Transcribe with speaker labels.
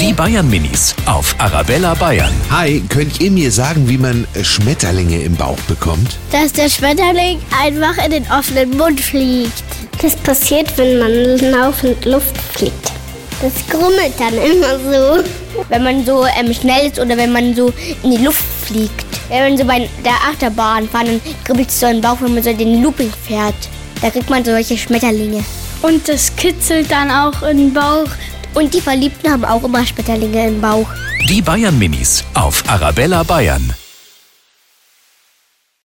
Speaker 1: Die Bayern Minis auf Arabella Bayern.
Speaker 2: Hi, könnt ihr mir sagen, wie man äh, Schmetterlinge im Bauch bekommt?
Speaker 3: dass der Schmetterling einfach in den offenen Mund fliegt.
Speaker 4: Das passiert, wenn man laufend Luft fliegt. Das grummelt dann immer so.
Speaker 3: Wenn man so ähm, schnell ist oder wenn man so in die Luft fliegt. Wenn man so bei der Achterbahn fährt, dann kribbelt es so im Bauch, wenn man so den Looping fährt. Da kriegt man solche Schmetterlinge.
Speaker 5: Und das kitzelt dann auch in den Bauch.
Speaker 3: Und die Verliebten haben auch immer Schmetterlinge im Bauch.
Speaker 1: Die Bayern Minis auf Arabella Bayern.